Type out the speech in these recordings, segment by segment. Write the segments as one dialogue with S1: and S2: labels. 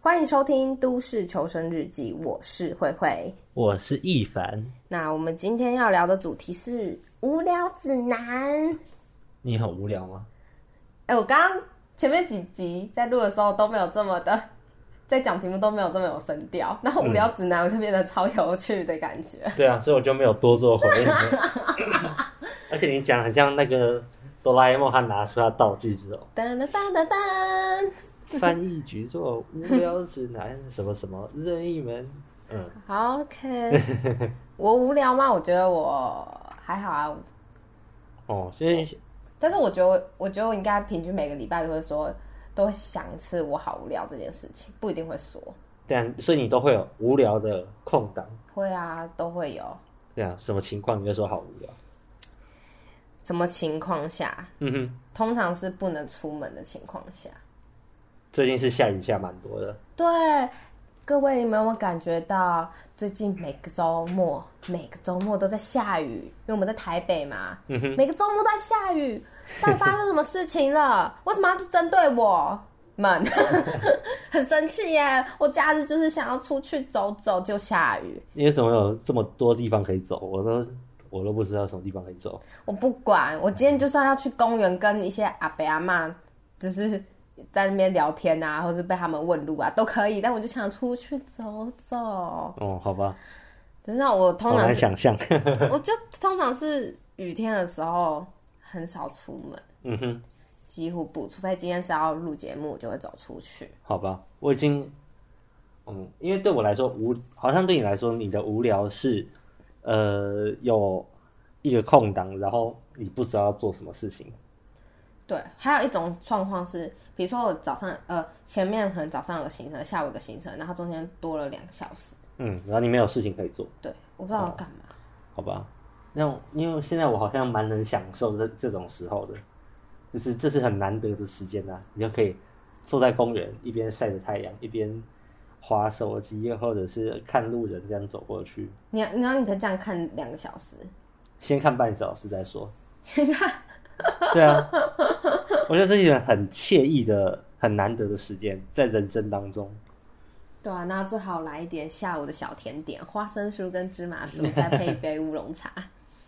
S1: 欢迎收听《都市求生日记》，我是慧慧。
S2: 我是一凡，
S1: 那我们今天要聊的主题是无聊指南。
S2: 你很无聊吗？
S1: 哎、我刚刚前面几集在录的时候都没有这么的，在讲题目都没有这么有声调，然后无聊指南我就变得超有趣的感觉。
S2: 对啊，所以我就没有多做回应。 而且你讲得很像那个哆啦 A 梦，他拿出他道具之后，
S1: 噔噔噔噔噔，
S2: 翻译局座无聊指南什么什么任意门，嗯，
S1: 好 OK。我无聊吗？我觉得我还好啊，
S2: 哦，所以
S1: 但是我觉得我，我觉得我应该平均每个礼拜都会说，都会想一次我好无聊这件事情，不一定会说，
S2: 对啊，所以你都会有无聊的空档，
S1: 会啊，都会有。
S2: 对啊，什么情况你就说好无聊，
S1: 什么情况下？
S2: 嗯哼，
S1: 通常是不能出门的情况下。
S2: 最近是下雨下蛮多的，
S1: 对，各位你们有没有感觉到最近每个周末，每个周末都在下雨？因为我们在台北嘛，
S2: 嗯哼，
S1: 每个周末都在下雨。到底发生什么事情了？为什么要针对我们？ 很生气耶！我假日就是想要出去走走，就下雨。
S2: 你怎么有这么多地方可以走？我都我都不知道什么地方可以走，
S1: 我不管，我今天就算要去公园跟一些阿伯阿妈，只是在那边聊天啊，或是被他们问路啊，都可以。但我就想出去走走。
S2: 哦，好吧，
S1: 真的，我通
S2: 好
S1: 常
S2: 难
S1: 是，
S2: 想象，
S1: 我就通常是雨天的时候很少出门，
S2: 嗯哼。
S1: 几乎不，除非今天是要录节目，我就会走出去。
S2: 好吧，我已经，嗯，因为对我来说无，好像对你来说，你的无聊是，呃，有一个空档，然后你不知道要做什么事情。
S1: 对，还有一种状况是，比如说我早上呃前面可能早上有个行程，下午有个行程，然后中间多了两个小时，
S2: 嗯，然后你没有事情可以做，
S1: 对，我不知道要
S2: 哦
S1: 干嘛。
S2: 好吧？那因为现在我好像蛮能享受这这种时候的，就是这是很难得的时间呐、啊你就可以坐在公园，一边晒着太阳，一边划手机，或者是看路人这样走过去，
S1: 你你然后你可以这样看两个小时，
S2: 先看半小时再说。
S1: 现在
S2: 对啊，我觉得这是一个很惬意的、很难得的时间，在人生当中。
S1: 对啊，那最好来一点下午的小甜点，花生酥跟芝麻酥，再配一杯乌龙茶。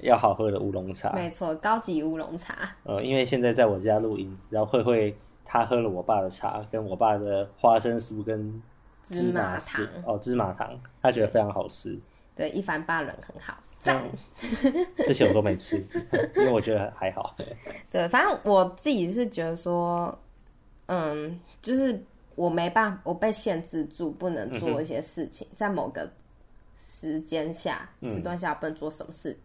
S2: 要好喝的乌龙茶，
S1: 没错，高级乌龙茶。
S2: 呃，因为现在在我家录音，然后慧慧她喝了我爸的茶，跟我爸的花生酥跟
S1: 芝麻
S2: 酥
S1: 糖
S2: 哦芝麻糖，她觉得非常好吃，嗯
S1: 对，一凡爸人很好，赞。
S2: 这些我都没吃， 因为我觉得还好。
S1: 对，反正我自己是觉得说，嗯，就是我没办法，我被限制住，不能做一些事情，在某个时间下、时段下不能做什么事，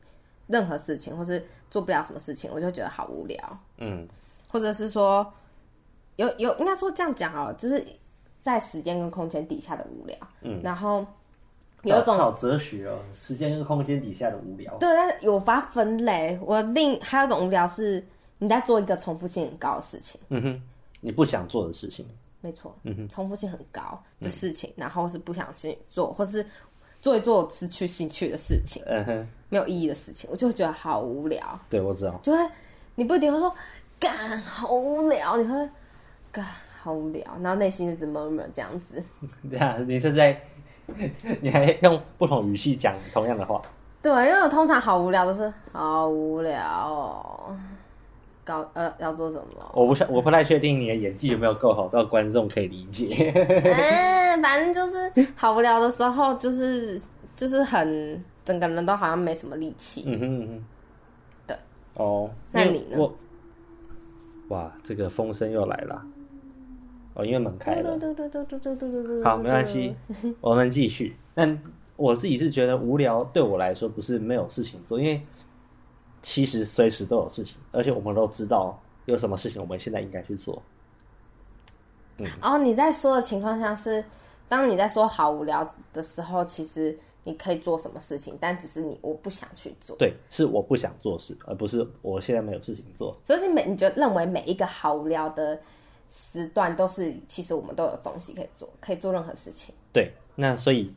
S1: 任何事情，或是做不了什么事情，我就觉得好无聊。
S2: 嗯，
S1: 或者是说，有有应该说这样讲好了，就是在时间跟空间底下的无聊。嗯，然后有一种
S2: 好哲学哦，时间跟空间底下的无聊。
S1: 对，但是有把它分类。我另还有一种无聊是你在做一个重复性很高的事情，
S2: 嗯哼，你不想做的事情，
S1: 没错，嗯重复性很高的事情，然后是不想去做，或是做一做失去兴趣的事情，
S2: 嗯哼，
S1: 没有意义的事情，我就会觉得好无聊。
S2: 对我知道。
S1: 就会你不一定会说干好无聊，你会干好无聊，然后内心一直 murmur 这样子。
S2: 对啊，你是在，你还用不同语气讲同样的话，
S1: 对，因为我通常好无聊都是好无聊哦，搞呃要做什 么？
S2: 我不是我不太确定你的演技有没有够好到观众可以理解。
S1: 嗯，反正就是好无聊的时候，就是就是很整个人都好像没什么力气。
S2: 嗯哼嗯哼，
S1: 对。
S2: 哦，
S1: 那
S2: 因为
S1: 你呢
S2: 我哇，这个风声又来了。哦，因为门开了。
S1: 嘟嘟嘟嘟嘟嘟嘟嘟嘟
S2: 好，没关系。，我们继续。但我自己是觉得无聊，对我来说不是没有事情做，因为其实随时都有事情，而且我们都知道有什么事情我们现在应该去做。
S1: 哦，你在说的情况下是，当你在说好无聊的时候，其实你可以做什么事情，但只是你我不想去做。
S2: 对，是我不想做事，而不是我现在没有事情做。
S1: 所以是每你觉得认为每一个好无聊的时段都是，其实我们都有东西可以做，可以做任何事情。
S2: 对，那所以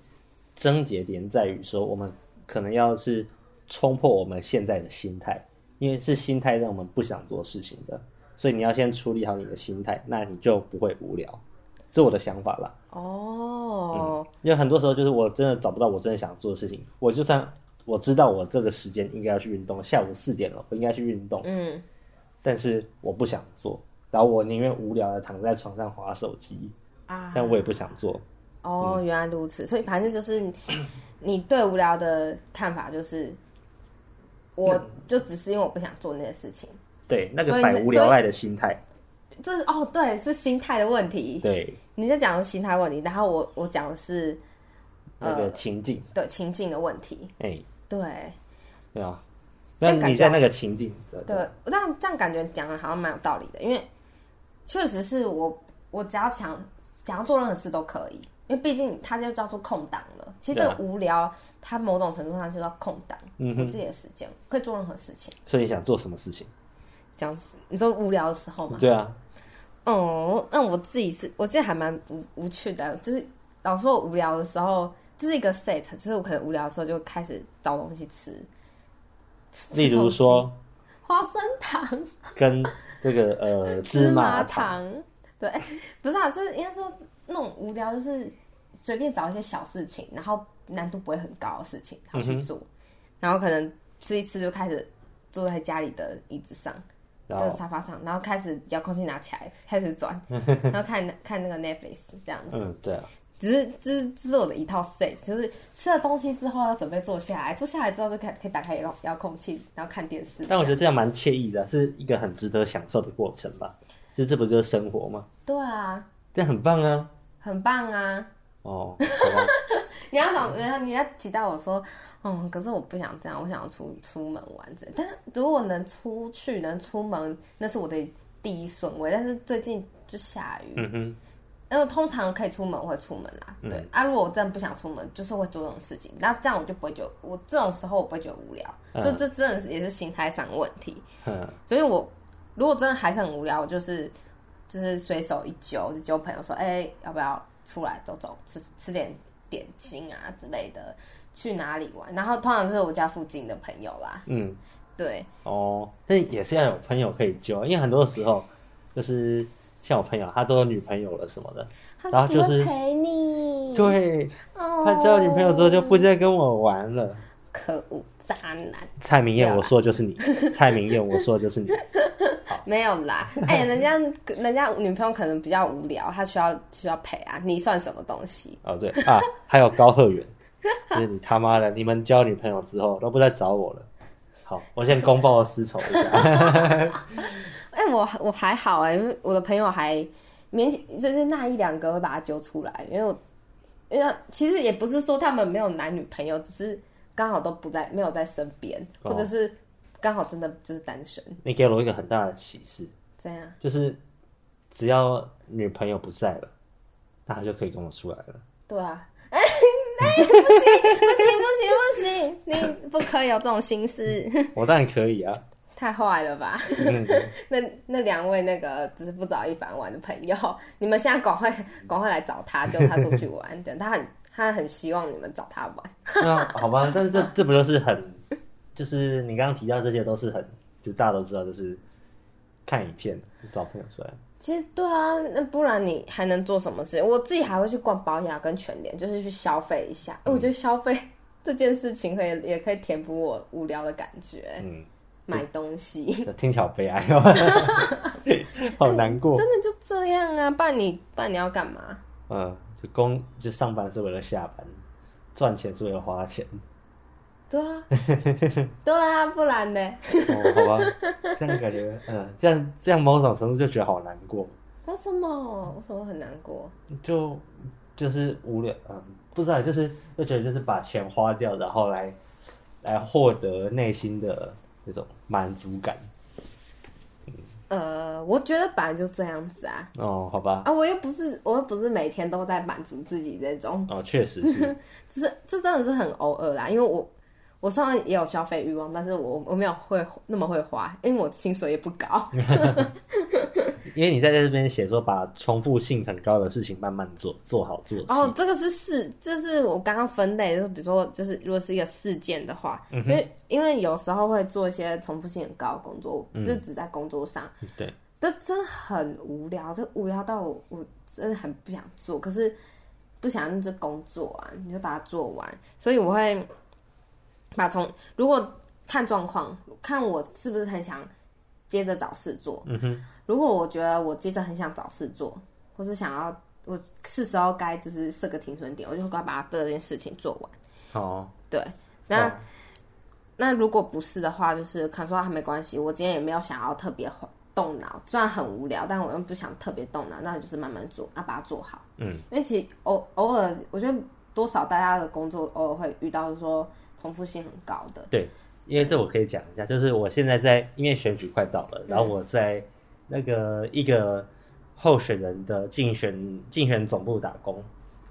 S2: 症结点在于说，我们可能要是冲破我们现在的心态，因为是心态让我们不想做事情的，所以你要先处理好你的心态，那你就不会无聊。这是我的想法啦。
S1: 哦，
S2: 因为很多时候就是我真的找不到我真的想做的事情，我就算我知道我这个时间应该要去运动，下午四点了，我应该去运动，
S1: 嗯，
S2: 但是我不想做，然后我宁愿无聊的躺在床上划手机，
S1: 啊，
S2: 但我也不嗯想做。
S1: 哦，原来如此，所以反正就是你你对无聊的看法就是，我
S2: 嗯
S1: 就只是因为我不想做那些事情，
S2: 对，那个
S1: 所以
S2: 百
S1: 那
S2: 无
S1: 所
S2: 聊
S1: 以
S2: 赖的心态，
S1: 这是哦，对，是心态的问题。
S2: 对
S1: 你在讲的是心态问题，然后我我讲的是呃
S2: 那个情境，
S1: 对情境的问题，
S2: 哎、
S1: 对
S2: 对啊，那
S1: 但感
S2: 你
S1: 觉
S2: 在那个情境，对
S1: 对，但这样感觉讲的好像蛮有道理的，因为确实是我我只要想想要做任何事都可以，因为毕竟它就叫做空档了。其实这
S2: 对啊
S1: 个无聊，它某种程度上就叫空档，
S2: 嗯
S1: 我自己的时间可以做任何事情。
S2: 所以你想做什么事情？
S1: 这样子，你说无聊的时候吗？
S2: 对啊，
S1: 哦，那我自己是，我记得还蛮无无趣的，就是老是我无聊的时候，这是一个 set，就是我可能无聊的时候就开始找东西吃，吃
S2: 例如说
S1: 花生糖、
S2: 跟这个 呃芝麻糖，
S1: 糖，对，不是啊，就是应该说那种无聊，就是随便找一些小事情，然后难度不会很高的事情，然后
S2: 嗯
S1: 去做，然后可能吃一吃就开始坐在家里的椅子上。
S2: 然
S1: 就
S2: 后
S1: 是沙发上，然后开始遥控器拿起来，开始 转，然后看看那个 Netflix 这样子。
S2: 嗯，对啊，
S1: 只是这是这是我的一套 set，就是吃了东西之后要准备坐下来，坐下来之后就可以可以打开遥遥控器，然后看电视。
S2: 但我觉得这样蛮惬意的，啊是一个很值得享受的过程吧。就这不就是生活吗？
S1: 对啊，
S2: 这样很棒啊！
S1: 很棒啊！
S2: 哦，好吧，
S1: 你要想，然后你要期待我说，嗯，可是我不想这样，我想要出出门玩这。但是如果能出去，能出门，那是我的第一顺位。但是最近就下雨，
S2: 嗯哼，
S1: 因为通常可以出门，我会出门啦。对、啊，如果我真的不想出门，就是会做这种事情。那这样我就不会觉得，我这种时候我不会觉得无聊。
S2: 嗯
S1: 所以这真的是也是心态上的问题。
S2: 哼，
S1: 所以我如果真的还是很无聊，我就是就是随手一揪，就揪朋友说，哎、要不要出来走走，吃吃点点心啊之类的，去哪里玩？然后通常是我家附近的朋友啦。
S2: 嗯，
S1: 对，
S2: 哦，但也是要有朋友可以揪，因为很多时候就是像我朋友，他都有女朋友了什么的，
S1: 他说
S2: 然后就
S1: 不
S2: 是
S1: 会陪你，
S2: 对
S1: 哦，
S2: 他交女朋友之后就不再跟我玩了。
S1: 可恶渣男。
S2: 蔡明燕，我说的就是你；蔡明燕，我说的就是你。哦
S1: 没有啦，哎、人家人家女朋友可能比较无聊，她需要需要陪啊，你算什么东西？
S2: 哦，对啊，还有高鹤远，就是你他妈的，你们交女朋友之后都不再找我了。好，我先公报私仇一 下。
S1: 哎、我我还好哎、因为我的朋友还勉强，就是那一两个会把他揪出来，因为我因为其实也不是说他们没有男女朋友，只是刚好都不在，没有在身边，
S2: 哦
S1: 或者是刚好真的就是单身，
S2: 你给了我一个很大的启示，
S1: 这样
S2: 就是只要女朋友不在了，那他就可以跟我出来了。
S1: 对啊。哎、不行不行不行不行，你不可以有这种心思，
S2: 我当然可以啊。
S1: 太坏了吧！
S2: 嗯，
S1: 那那两位那个只是不早一凡玩的朋友，你们现在赶快赶快来找他，叫他出去玩。等他很他很希望你们找他玩。
S2: 那好吧，但是这这不就是很，就是你刚刚提到这些都是很，就大家都知道，就是看影片找朋友出来。
S1: 其实对啊，那不然你还能做什么事？我自己还会去逛保养跟全联，就是去消费一下。哎我觉得消费这件事情可以也可以填补我无聊的感觉，
S2: 嗯，
S1: 买东西。
S2: 听起来好悲哀哦，好难 过。
S1: 真的就这样啊？不然你不然你要干 嘛？
S2: 嗯，就工就上班是为了下班，赚钱是为了花钱。
S1: 对啊，对啊，不然呢？
S2: 哦，好吧，这样感觉，嗯，这样这样某种程度就觉得好难过，
S1: 为什么？为什么很难过？
S2: 就就是无聊，嗯，不知道，就是就觉得就是把钱花掉，然后来来获得内心的那种满足感。
S1: 呃，我觉得本来就这样子啊。
S2: 哦，好吧，
S1: 啊，我又不是，我又不是每天都在满足自己这种，
S2: 哦，确实是，
S1: 只是这真的是很偶尔啊啦。因为我我虽然也有消费欲望，但是我我没有会那么会花，因为我薪水也不高。
S2: 因为你在这边写说把重复性很高的事情慢慢做，做好做细。
S1: 然后哦这个是事，这是我刚刚分类，就是比如说，就是如果是一个事件的话，因为因为有时候会做一些重复性很高的工作，就是只在工作上，
S2: 对，
S1: 这真的很无聊，这无聊到我我真的很不想做，可是不想那就工作啊，你就把它做完。所以我会把从如果看状况，看我是不是很想接着找事做。
S2: 嗯哼，
S1: 如果我觉得我接着很想找事做，或是想要我是时候该就是设个停损点，我就该把这件事情做完。
S2: 好哦，
S1: 对，那、
S2: 哦
S1: 那如果不是的话，就是可能说啊没关系，我今天也没有想要特别动脑，虽然很无聊，但我又不想特别动脑，那就是慢慢做，啊把它做好。
S2: 嗯，
S1: 因为其实偶偶尔，我觉得多少大家的工作偶尔会遇到说重复性很高的，
S2: 对，因为这我可以讲一下，就是我现在在，因为选举快到了，然后我在那个一个候选人的竞选竞选总部打工，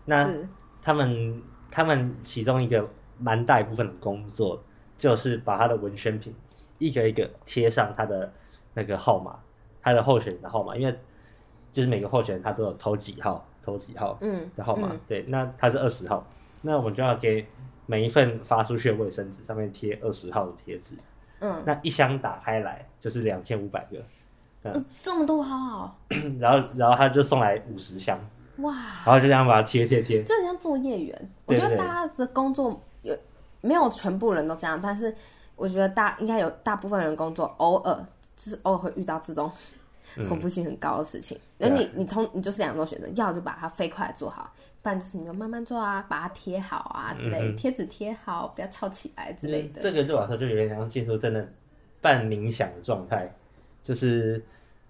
S2: 那
S1: 是
S2: 他们他们其中一个蛮大一部分的工作就是把他的文宣品一个一个贴上他的那个号码，他的候选人的号码，因为就是每个候选人他都有投几号，投几号，
S1: 嗯
S2: 的号码，
S1: 嗯
S2: 对，那他是二十号，那我们就要给每一份发出去的卫生纸上面贴二十号的贴纸，
S1: 嗯，
S2: 那一箱打开来就是两千五百个，
S1: 嗯这么多好好
S2: 然后然后他就送来五十箱，
S1: 哇，
S2: 然后就这样把它贴贴贴，
S1: 就很像作业员。我
S2: 对
S1: 觉得
S2: 对
S1: 大家的工作有没有全部人都这样，但是我觉得大应该有大部分人工作偶尔就是偶尔会遇到这种
S2: 嗯
S1: 重复性很高的事情。
S2: 对
S1: 那、
S2: 啊
S1: 你你通你就是两种选择，要就把它飞快地做好，不然就是你就慢慢做啊，把它贴好啊之类
S2: 嗯
S1: 的，
S2: 哼
S1: 贴纸贴好，不要翘起来之类的。
S2: 这个对我来说就有点像进入真的半冥想的状态，就是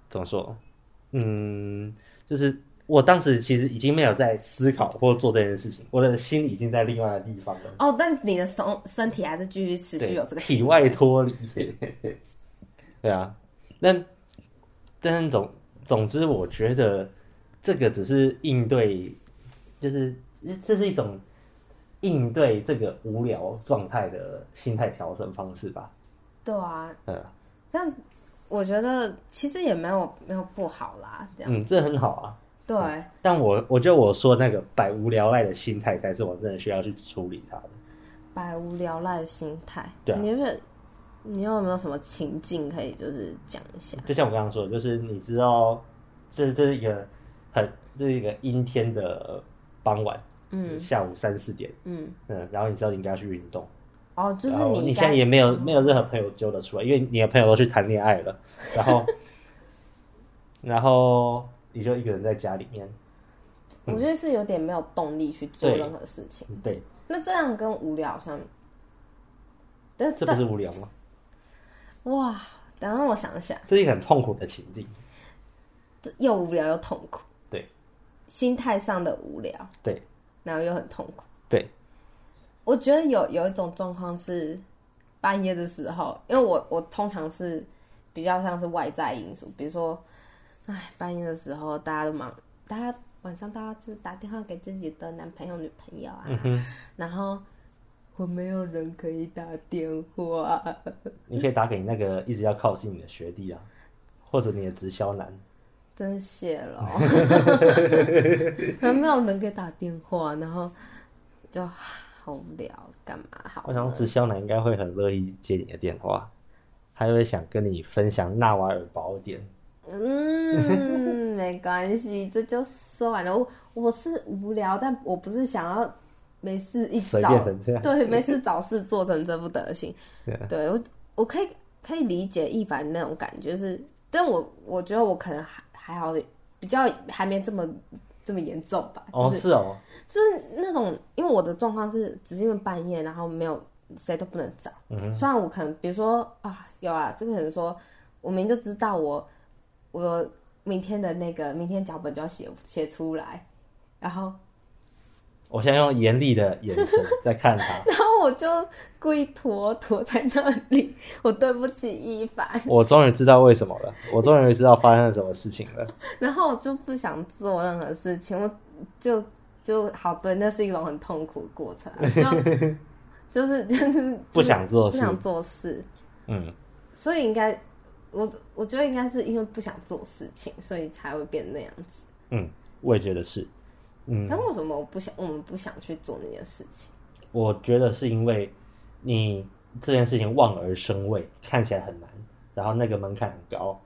S2: 怎么说，嗯，就是我当时其实已经没有在思考或做这件事情，我的心已经在另外的地方了。
S1: 哦，但你的身身体还是继续持续
S2: 对，
S1: 有这个
S2: 体
S1: 习
S2: 外脱离。 对啊，那但是总总之，我觉得这个只是应对，就是这是一种应对这个无聊状态的心态调整方式吧。
S1: 对啊，
S2: 嗯
S1: 但我觉得其实也没有没有不好啦，这样、
S2: 嗯，这很好啊。
S1: 对。
S2: 但我我觉得我说那个百无聊赖的心态才是我真的需要去处理它的。
S1: 百无聊赖的心态。
S2: 对啊
S1: 你有没有你有没有什么情境可以就是讲一下？
S2: 就像我刚刚说的，就是你知道，这这是一个很这是一个阴天的傍晚，
S1: 嗯
S2: 下午三四点，
S1: 嗯，
S2: 嗯，然后你知道你应该去运动，
S1: 哦，就是
S2: 然后
S1: 你
S2: 你
S1: 你
S2: 现在也没有没有任何朋友揪得出来，因为你的朋友都去谈恋爱了，然后然后你就一个人在家里面，
S1: 我觉得是有点没有动力去做
S2: 嗯对
S1: 任何事情。
S2: 嗯对，
S1: 那这样跟无聊好像，但
S2: 这不
S1: 但
S2: 是无聊吗？
S1: 哇，等让我想一下，
S2: 这是一个很痛苦的情境，
S1: 这又无聊又痛苦，
S2: 对
S1: 心态上的无聊，
S2: 对
S1: 然后又很痛苦。
S2: 对，
S1: 我觉得有有一种状况是半夜的时候，因为我我通常是比较像是外在因素，比如说，哎，半夜的时候大家都忙，大家晚上大家就是打电话给自己的男朋友、女朋友啊，
S2: 嗯哼，
S1: 然后我没有人可以打电话，
S2: 你可以打给那个一直要靠近你的学弟啊，或者你的直销男，
S1: 真谢了，没有人可以打电话，然后就啊好无聊，干嘛好
S2: 我
S1: 呢？
S2: 想直销男应该会很乐意接你的电话，他就会想跟你分享《纳瓦尔宝典》。
S1: 嗯，没关系，这就说完了。我我是无聊，但我不是想要没事一直
S2: 随
S1: 找啊
S2: 便啊成这样
S1: 对，没事找事做成这副德 行。对我，我可以可以理解一凡那种感觉是，但我我觉得我可能还还好，比较还没这么这么严重吧。
S2: 哦，
S1: 就是
S2: 哦，
S1: 就是那种，因为我的状况是只是因为半夜，然后没有谁都不能找。
S2: 嗯
S1: 虽然我可能，比如说啊，有啊，这个人说，我明就知道我我明天的那个明天脚本就要写写出来，然后
S2: 我现在用严厉的眼神在看他，
S1: 然后我就故意拖拖在那里，我对不起一凡，
S2: 我终于知道为什么了，我终于知道发生了什么事情了。
S1: 然后我就不想做任何事情，我就就好对，那是一种很痛苦的过程啊，就 就是就是
S2: 不想做
S1: 不
S2: 事
S1: 想做事，
S2: 嗯，
S1: 所以应该，我我觉得应该是因为不想做事情，所以才会变那样子。
S2: 嗯，我也觉得是。嗯，
S1: 但为什么我不想，我们不想去做那件事情？
S2: 我觉得是因为你这件事情望而生畏，看起来很难，然后那个门槛很高，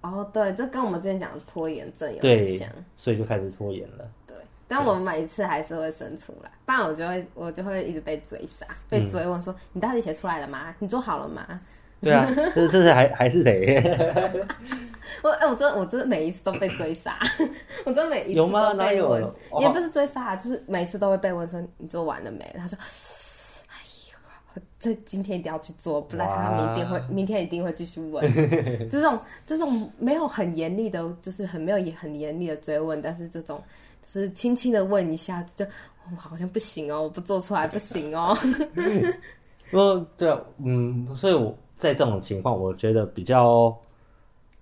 S1: 哦，对，这跟我们之前讲的拖延症有点
S2: 对
S1: 像。，
S2: 所以就开始拖延了。
S1: 对，但我每一次还是会生出来，不然我就会我就会一直被追杀，被追问说、你到底写出来了吗？你做好了吗？
S2: 对啊，这这是还还是得
S1: 我哎、我真的我真的每一次都被追杀， 我真的每一次
S2: 有吗
S1: 都
S2: 哪
S1: 被
S2: 有
S1: 问，
S2: 哦
S1: 也不是追杀，啊就是每一次都会被问说你做完了没？他说，哎呦，我这今天一定要去做，不然他
S2: 哇
S1: 明天会明天一定会继续问。 这种这种没有很严厉的，就是很没有也很严厉的追问，但是这种只是轻轻的问一下，就我好像不行哦，我不做出来不行哦。
S2: 不过对啊，嗯，所以我在这种情况，我觉得比较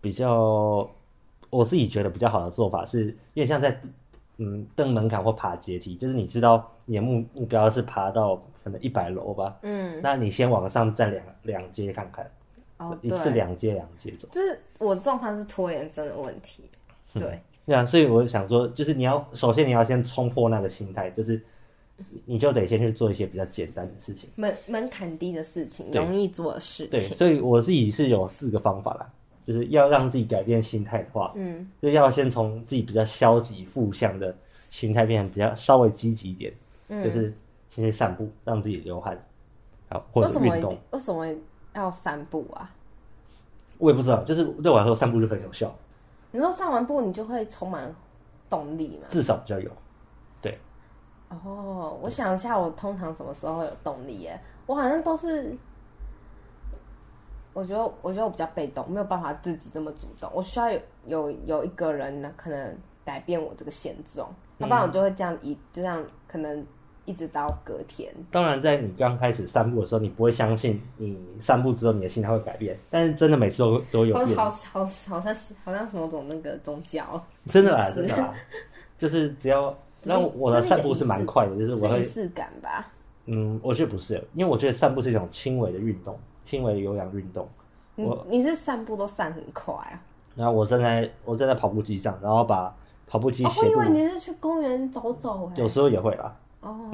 S2: 比较，我自己觉得比较好的做法是，因为像在嗯登门槛或爬阶梯，就是你知道你的目目标是爬到可能一百楼吧，
S1: 嗯，
S2: 那你先往上站两两阶看看，
S1: 哦
S2: 一次
S1: 对，
S2: 两阶两阶走。
S1: 就是我的状况是拖延症的问 题，对。
S2: 对啊，所以我想说，就是你要首先你要先冲破那个心态，就是你你就得先去做一些比较简单的事情。
S1: 门门槛低的事情，
S2: 对
S1: 容易做的事
S2: 对，
S1: 情。
S2: 所以我自己是有四个方法啦，就是要让自己改变心态的话，
S1: 嗯，
S2: 就要先从自己比较消极负向的心态变成比较稍微积极一点，
S1: 嗯
S2: 就是先去散步，让自己流汗，好或
S1: 为
S2: 者
S1: 什么
S2: 运
S1: 一
S2: 动
S1: 定，为什么要散步啊？
S2: 我也不知道，就是对我来说散步就很有效，
S1: 你说散完步你就会充满动力嘛？
S2: 至少比较有。对，
S1: 哦，我想一下，我通常什么时候会有动力耶？我好像都是，我觉得我觉得我比较被动，没有办法自己这么主动，我需要有有有一个人呢，可能改变我这个现状，
S2: 嗯
S1: 要不然我就会这样一就这样可能一直到隔天。
S2: 当然在你刚开始散步的时候，你不会相信你散步之后你的心态会改变，但是真的每次都都有
S1: 好
S2: 变，
S1: 好好好像好像什么种那个宗教，哦
S2: 真的啦，
S1: 意思
S2: 真的啦，就是只要。
S1: 只是
S2: 那我的
S1: 这是一个
S2: 散步是蛮
S1: 仪式
S2: 快的，就是我
S1: 是
S2: 会
S1: 仪式感吧？
S2: 嗯，我觉得不是，因为我觉得散步是一种轻微的运动，轻微的有氧运动。
S1: 你你是散步都散很快啊？
S2: 然后我站在我站在跑步机上，然后把跑步机
S1: 哦，我
S2: 斜
S1: 以
S2: 度，
S1: 为你是去公园走走哎、
S2: 有时候嗯也会啦。
S1: 哦，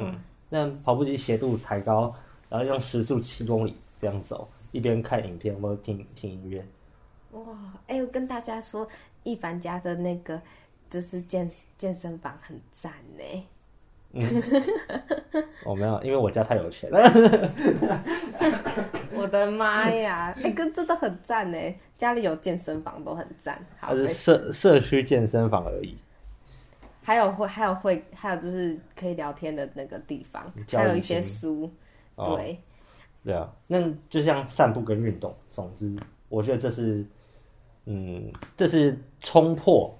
S2: 那跑步机斜度抬高，然后用时速七公里这样走，一边看影片或者听听音乐。
S1: 哇，哎、我跟大家说，一凡家的那个就是健健身房很赞呢。
S2: 我、哦没有，因为我家太有钱了。
S1: 我的妈呀， 哎、哥真的很赞呢，家里有健身房都很赞。好
S2: 它，是
S1: 没
S2: 社社区健身房而已。
S1: 还有会还有会还有就是可以聊天的那个地方，
S2: 交
S1: 还有
S2: 流
S1: 一些
S2: 群
S1: 书，
S2: 哦
S1: 对。
S2: 对啊，那就像散步跟运动，总之，我觉得这是，嗯，这是冲破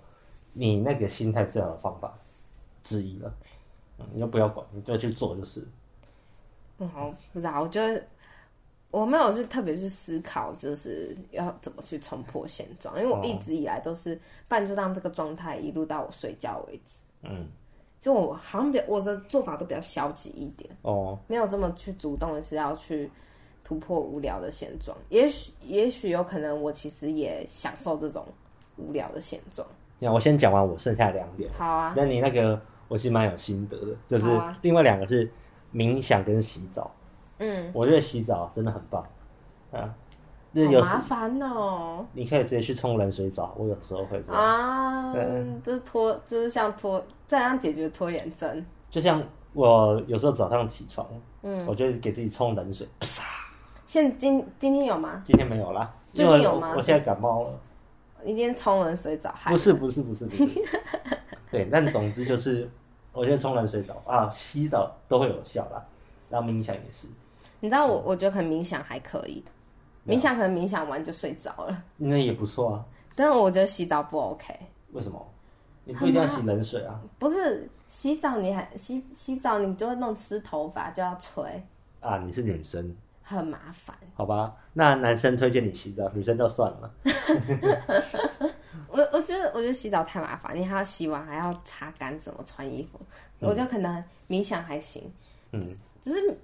S2: 你那个心态最好的方法之一了。嗯，你就不要管，你就去做就是。
S1: 嗯，好，不知道，我觉得我没有去特别去思考，就是要怎么去冲破现状，因为
S2: 哦
S1: 我一直以来都是，不然就让这个状态一路到我睡觉为止。
S2: 嗯，
S1: 就我好像比较我的做法都比较消极一点，
S2: 哦，
S1: 没有这么去主动的是要去突破无聊的现状。也许也许有可能我其实也享受这种无聊的现状。
S2: 那我先讲完我剩下两点。
S1: 好啊，
S2: 那你那个我其实蛮有心得的，就是
S1: 好啊
S2: 另外两个是冥想跟洗澡。
S1: 嗯，
S2: 我觉得洗澡真的很棒啊，就
S1: 好
S2: 有时
S1: 麻烦哦、
S2: 你可以直接去冲冷水澡，我有时候会这样。
S1: 啊
S2: 对，
S1: 这拖就是像拖，这样解决拖延症。
S2: 就像我有时候早上起床，
S1: 嗯，
S2: 我就给自己冲冷水，啪嚓
S1: 现今今天有吗？
S2: 今天没有啦，
S1: 最
S2: 因为
S1: 近有
S2: 我
S1: 吗哎
S2: 我现在感冒了，
S1: 一定冲冷水澡嗨
S2: 不。是不是不是不 是，对，但总之就是，我现在冲冷水澡啊，洗澡都会有效啦，然后冥想也是，
S1: 你知道我，我觉得可能冥想还可以，冥想可能冥想完就睡着了，
S2: 那也不错啊。
S1: 但我觉得洗澡不 OK。
S2: 为什么？你不一定要洗冷水啊
S1: 不是洗澡你还洗洗澡你就会弄湿头发，就要吹，
S2: 啊！你是女生，
S1: 很麻烦。
S2: 好吧？那男生推荐你洗澡，女生就算了。
S1: 我我觉得我觉得洗澡太麻烦，你还要洗完还要擦干什么穿衣服，我觉得可能冥想还行，
S2: 嗯，
S1: 只是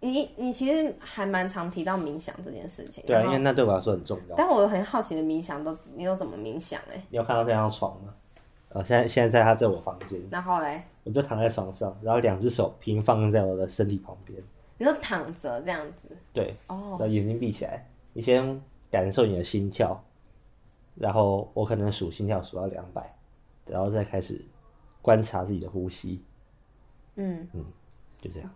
S1: 你你其实还蛮常提到冥想这件事情，
S2: 对啊，
S1: 然
S2: 因
S1: 后
S2: 为那对我来说很重要。
S1: 但我很好奇你的冥想都你都怎么冥想哎、
S2: 你有看到这张床吗？呃，现在现在在他在我房间，
S1: 然后嘞，
S2: 我就躺在床上，然后两只手平放在我的身体旁边，
S1: 你就躺着这样子
S2: 对，
S1: 哦，
S2: 然后眼睛闭起来，你先感受你的心跳，然后我可能数心跳数到两百，然后再开始观察自己的呼吸，
S1: 嗯，
S2: 嗯，就这样。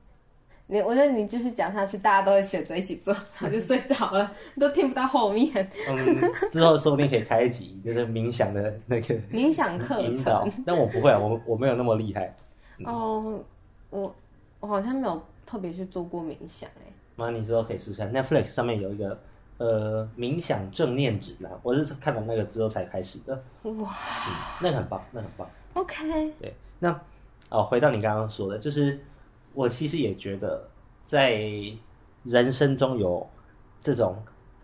S1: 你我觉得你继续讲下去，大家都会选择一起做，然后就睡着了， 都听不到后面
S2: 嗯，之后说不定可以开一集，就是冥想的那个
S1: 冥想 课
S2: 嗯引
S1: 程
S2: 导。嗯但我不会啊，我我没有那么厉害。
S1: 哦。我我好像没有特别去做过冥想哎、
S2: 妈，你之后可以试试看。Netflix 上面有一个呃冥想正念指南，我是看完那个之后才开始的。
S1: 哇
S2: 嗯，那个很棒，那个很棒。
S1: ，OK，
S2: 对，那哦，回到你刚刚说的，就是我其实也觉得，在人生中有这种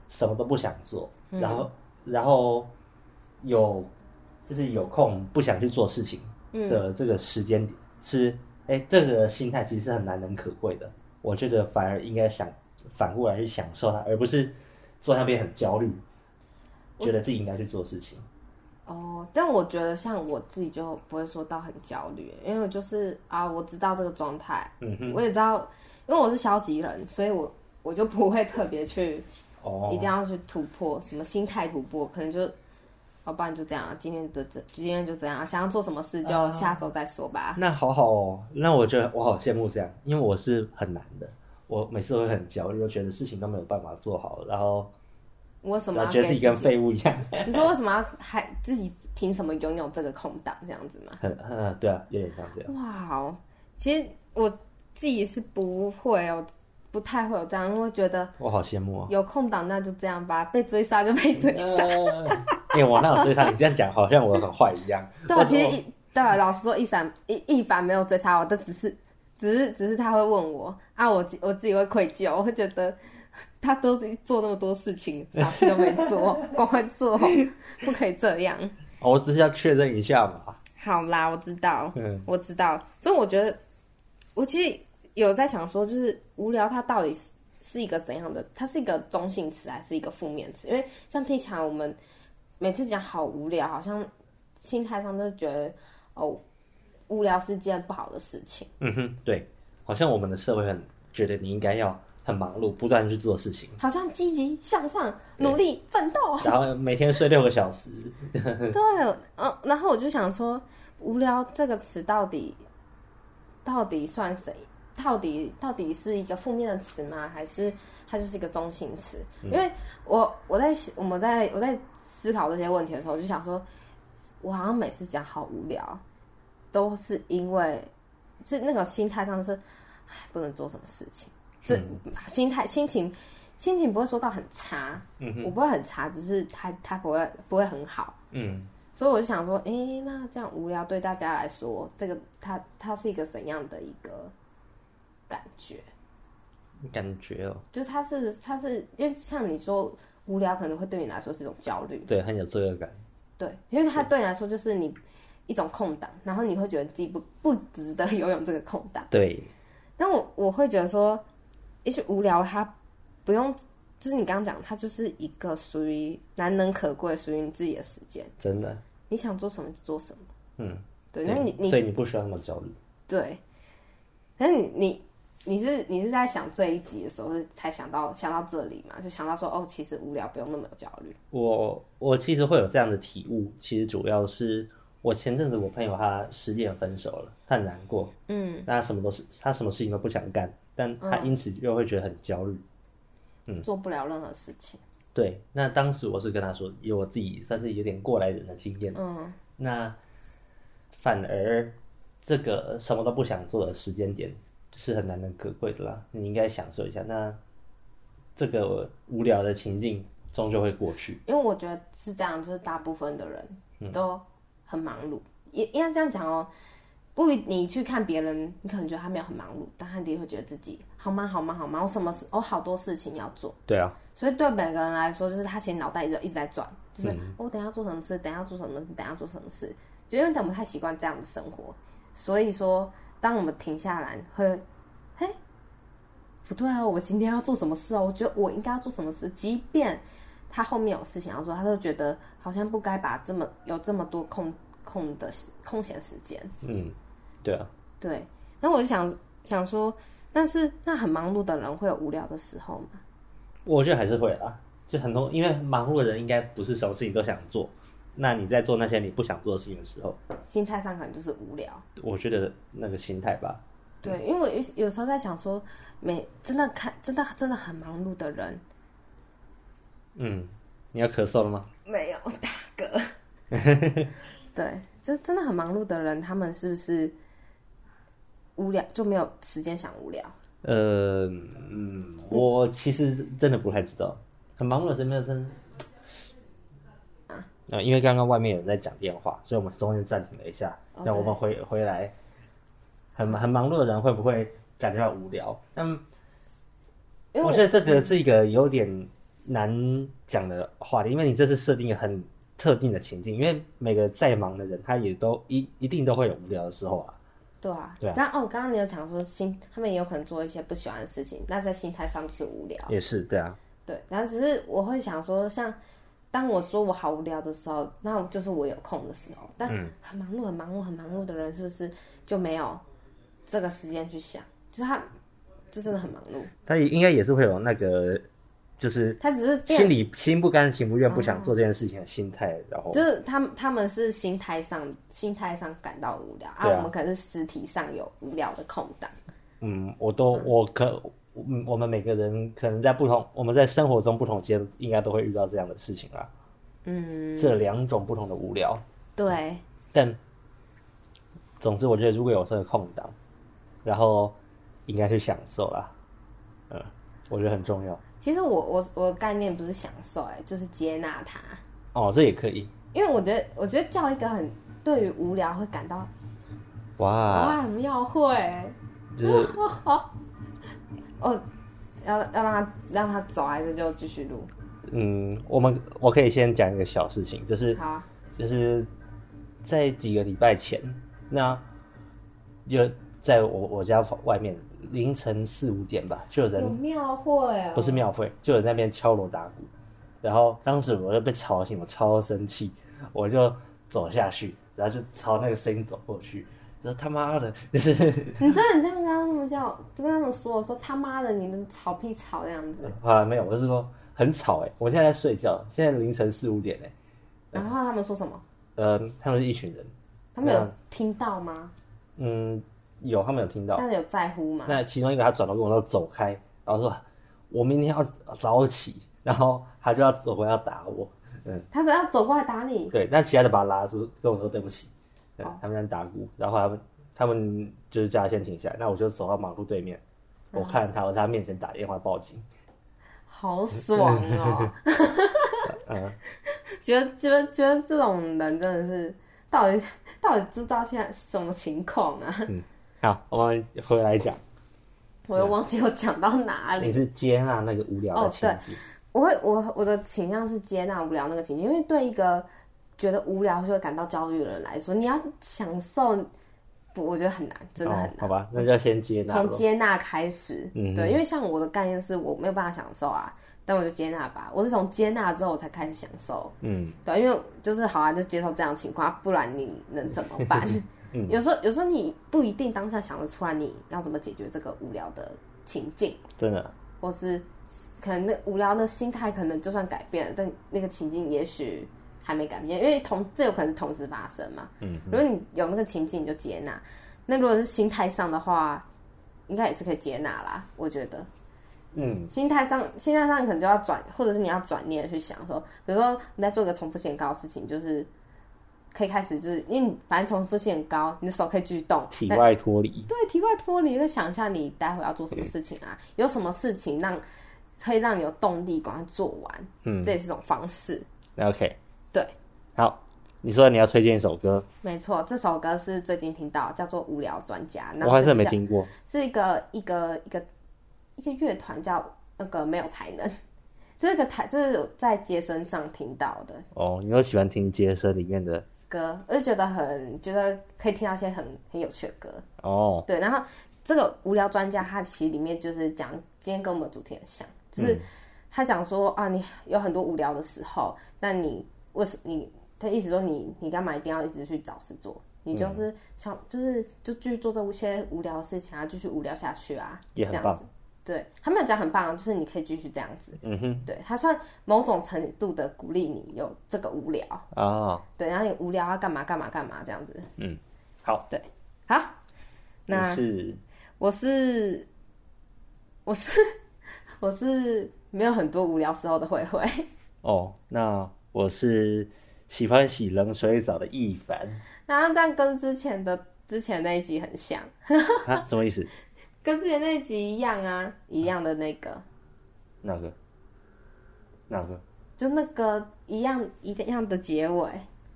S2: 什么都不想做，然后、然后有就是有空不想去做事情的这个时间点，是哎这个心态其实是很难能可贵的。我觉得反而应该想反过来去享受它，而不是坐在那边很焦虑，觉得自己应该去做事情。
S1: 哦，但我觉得像我自己就不会说到很焦虑，因为我就是啊，我知道这个状态，
S2: 嗯哼，
S1: 我也知道，因为我是消极人，所以我我就不会特别去
S2: 哦，
S1: 一定要去突破什么心态突破，可能就，要不然就这样，今天的这今天就这样，想要做什么事
S2: 啊
S1: 就下周再说吧。
S2: 那好好哦，那我觉得我好羡慕这样，因为我是很难的，我每次都会很焦虑，我觉得事情都没有办法做好，然后
S1: 为什么
S2: 然
S1: 要
S2: 后觉得自
S1: 给
S2: 己跟废物一样，
S1: 你说为什么要还自己凭什么拥有这个空档这样子吗？
S2: 很嗯，对啊，有点像这样。
S1: 哇哦，其实我自己是不会哦，不太会有这样，因为我觉得
S2: 我好羡慕哦。
S1: 有空档那就这样吧，被追杀就被追杀。
S2: 呃哎、我那有追上你这样讲，好像我很坏一样。
S1: 对
S2: 我
S1: 啊，其实一对啊，老实说，一闪一一凡没有追杀我，但只是只是只是他会问我啊，我自我自己会愧疚，我会觉得他都做那么多事情，啥事都没做， 光会做，不可以这样。
S2: 哦我我只是要确认一下嘛。
S1: 好啦，我知道，
S2: 嗯
S1: 我知道，所以我觉得我其实有在想说，就是无聊它到底是是一个怎样的？它是一个中性词还是一个负面词？因为像听起来我们每次讲好无聊，好像心态上都觉得哦，无聊是件不好的事情。
S2: 嗯哼，对，好像我们的社会很觉得你应该要很忙碌，不断地去做事情，
S1: 好像积极向上、努力奋斗，
S2: 然后每天睡六个小时。
S1: 对，嗯，然后我就想说，无聊这个词到底到底算谁？到底到底是一个负面的词吗？还是它就是一个中性词？因为我我在我们在我在思考这些问题的时候，我就想说，我好像每次讲好无聊，都是因为是那个心态上是，唉不能做什么事情，就、心态心情心情不会说到很差，
S2: 嗯
S1: 我不会很差，只是它它不会不会很好。
S2: 嗯，
S1: 所以我就想说，诶，那这样无聊对大家来说，这个它它是一个怎样的一个感觉？
S2: 感觉哦，
S1: 就是它是不是它是因为像你说无聊可能会对你来说是一种焦虑，
S2: 对，很有罪恶感。
S1: 对，因为它对你来说就是你一种空档，然后你会觉得自己不不值得 拥有这个空档。
S2: 对，
S1: 但我我会觉得说，也许无聊它不用，就是你刚刚讲，它就是一个属于难能可贵、属于你自己的时间，
S2: 真的，
S1: 你想做什么就做什么。
S2: 嗯，
S1: 对，那你你
S2: 所以你不需要那么焦虑。
S1: 对，但是你你你是你是在想这一集的时候是才想到想到这里嘛？就想到说哦，其实无聊不用那么有焦虑。
S2: 我我其实会有这样的体悟，其实主要是我前阵子我朋友他失恋分手了，他很难过，
S1: 嗯，
S2: 那他什么都是他什么事情都不想干，但他因此又会觉得很焦虑。
S1: 做不了任何事情。
S2: 对，那当时我是跟他说，以我自己算是有点过来人的经验，
S1: 嗯
S2: 那反而这个什么都不想做的时间点是很难能可贵的啦，你应该享受一下。那这个无聊的情境终究会过去。
S1: 因为我觉得是这样，就是大部分的人都很忙碌，也应该这样讲哦。不一，你去看别人，你可能觉得他没有很忙碌，但他的确会觉得自己好忙好忙好忙，我什么事，我好多事情要做。
S2: 对啊，
S1: 所以对每个人来说，就是他其实脑袋一直一直在转，就是、哦我等一下做什么事，等一下做什么事，等一下做什么事，就因为我们太习惯这样的生活，所以说当我们停下来，会，嘿，不对啊，我今天要做什么事哦？我觉得我应该要做什么事，即便他后面有事情要做，他都觉得好像不该把这么有这么多空空的时空闲时间。
S2: 嗯，对啊，
S1: 对，那我就想想说，但是那很忙碌的人会有无聊的时候吗？
S2: 我觉得还是会啊，就很多，因为忙碌的人应该不是什么事情都想做。那你在做那些你不想做的事情的时候，
S1: 心态上可能就是无聊。
S2: 我觉得那个心态吧，
S1: 对，因为我有有时候在想说，每真的看真的真的很忙碌的人，
S2: 嗯，你要咳嗽了吗？
S1: 没有大哥，对，就真的很忙碌的人，他们是不是无聊就没有时间想无聊？
S2: 呃，嗯，我其实真的不太知道，很忙碌的时候没有真。啊、因为刚刚外面有人在讲电话，所以我们中间暂停了一下，
S1: 哦
S2: 让我们回回来。很很忙碌的人会不会感觉到无聊？嗯，
S1: 因为
S2: 我觉得这个是一个有点难讲的话题，因为你这是设定一个很特定的情境，因为每个再忙的人，他也都一一定都会有无聊的时候啊。
S1: 对啊，
S2: 对啊
S1: 但哦，刚刚你有讲说心，他们也有可能做一些不喜欢的事情，那在心态上就是无聊。
S2: 也是，对啊，
S1: 对，然后只是我会想说，像当我说我好无聊的时候，那就是我有空的时候。但
S2: 嗯
S1: 很忙碌、很忙碌、很忙碌的人，是不是就没有这个时间去想？就是他，就真的很忙碌，
S2: 他也应该也是会有那个，就是
S1: 他只是变
S2: 心里心不甘情不愿不想做这件事情的心态，然后
S1: 就是他们他们是心态上心态上感到无聊，啊，
S2: 对啊
S1: 我们可能是实体上有无聊的空档。
S2: 嗯，我都我可，嗯，我们每个人可能在不同，我们在生活中不同阶段，应该都会遇到这样的事情啦。
S1: 嗯，
S2: 这两种不同的无聊，
S1: 对，
S2: 但总之，我觉得如果有这个空档，然后应该去享受啦。嗯，我觉得很重要。
S1: 其实我我我的概念不是享受、哎，就是接纳它。
S2: 哦，这也可以。
S1: 因为我觉得，我觉得叫一个很对于无聊会感到
S2: 哇，啊
S1: 哇，很庙会
S2: 就是
S1: 哦，要要让他让他走，还是就继续录？
S2: 嗯，我们我可以先讲一个小事情，就是
S1: 好啊，
S2: 就是在几个礼拜前，那有在我我家外面凌晨四五点吧，就有
S1: 有
S2: 人
S1: 庙会哦，
S2: 不是庙会，就有人在那边敲锣打鼓，然后当时我就被吵醒，我超生气，我就走下去，然后就朝那个声音走过去，说他妈的，就是
S1: 你真的这样跟他们叫，跟他们说，我说他妈的，你们吵屁吵这样子，
S2: 啊没有，我是说很吵哎、我现在在睡觉，现在凌晨四五点哎、
S1: 然后他们说什么？
S2: 呃，他们是一群人，
S1: 他们有
S2: 嗯
S1: 听到吗？
S2: 嗯，有他们有听到。
S1: 但是有在乎吗？
S2: 那其中一个他转头跟我说走开，然后说我明天要早起，然后他就要走过来要打我，嗯，
S1: 他只要走过来打你，
S2: 对，但其他的把他拉住，跟我说对不起，嗯
S1: 哦，
S2: 他们在打鼓，然后他们他们就是叫他先停下来，那我就走到马路对面，我
S1: 嗯
S2: 看他我在他面前打电话报警，
S1: 好爽 哦！
S2: 嗯
S1: 觉得觉得觉得这种人真的是，到底到底知道现在是什么情况啊？
S2: 好，我们回来讲，
S1: 我
S2: 嗯
S1: 又忘记我讲到哪里
S2: 你。是接纳那个无聊的
S1: 嗯哦
S2: 情
S1: 对
S2: 景，
S1: 我会我我的倾向是接纳无聊那个情境，因为对一个觉得无聊就会感到焦虑的人来说，你要享受，不，我觉得很难，真的很
S2: 哦，好吧，那就要先哦接纳
S1: 从
S2: 了，
S1: 接纳开始。
S2: 嗯
S1: 对，因为像我的概念是我没有办法享受啊，但我就接纳吧。我是从接纳之后我才开始享受，
S2: 嗯，
S1: 对，因为就是好啊，就接受这样的情况，啊不然你能怎么办？
S2: 嗯
S1: 有时候有时候你不一定当下想得出来你要怎么解决这个无聊的情境。
S2: 真的，
S1: 或是可能那无聊的心态，可能就算改变了，但那个情境也许还没改变，因为同这有可能是同时发生嘛。
S2: 嗯，
S1: 如果你有那个情境，你就接纳；那如果是心态上的话，应该也是可以接纳啦。我觉得
S2: 嗯。
S1: 心态上，心态上可能就要转，或者是你要转念去想说，比如说你在做一个重复性很高的事情，就是可以开始，就是因为你反正重复性很高，你的手可以举动，
S2: 体外脱离，
S1: 对，题外脱离，就想一下你待会要做什么事情啊？
S2: 嗯
S1: 有什么事情让可以让你有动力赶快做完？
S2: 嗯
S1: 这也是一种方式。
S2: ，OK，
S1: 对，
S2: 好，你说你要推荐一首歌，
S1: 没错，这首歌是最近听到，叫做《无聊专家》，然
S2: 我
S1: 后
S2: 还
S1: 是
S2: 是没
S1: 叫，
S2: 听过。
S1: 是一个一个一个一个乐团叫那个没有才能， 这个台这是我在街声上听到的
S2: 哦，你又喜欢听街声里面的
S1: 歌，我就觉得很觉得可以听到一些很很有趣的歌。
S2: 哦，
S1: 对，然后这个无聊专家他其实里面就是讲，今天跟我们的主题很像，
S2: 嗯
S1: 就是他讲说、啊，你有很多无聊的时候，那你为什你他意思说你你干嘛一定要一直去找事做？你就是想、就是就继续做这些无聊的事情啊，继续无聊下去啊，
S2: 也很
S1: 这样
S2: 棒
S1: 子。对他没有讲很棒，就是你可以继续这样子。
S2: 嗯哼，
S1: 对他算某种程度的鼓励你有这个无聊，
S2: 哦，
S1: 对，然后你无聊啊要干嘛干嘛干嘛这样子。
S2: 嗯，好，
S1: 对，好，
S2: 你
S1: 那
S2: 是
S1: 我是我是我是没有很多无聊时候的慧慧，
S2: 哦，那我是喜欢洗冷水澡的一凡
S1: 然后但跟之前的之前那一集很像，
S2: 啊，什么意思？
S1: 跟之前那一集一样啊，一样的那个，
S2: 哪个？哪个？
S1: 就那个一样一样的结尾，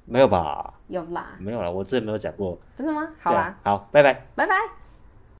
S2: 没有吧？
S1: 有啦，
S2: 没有啦，我之前没有讲过。
S1: 真的吗？好
S2: 对
S1: 啦，
S2: 啊，好，拜拜。
S1: 拜拜。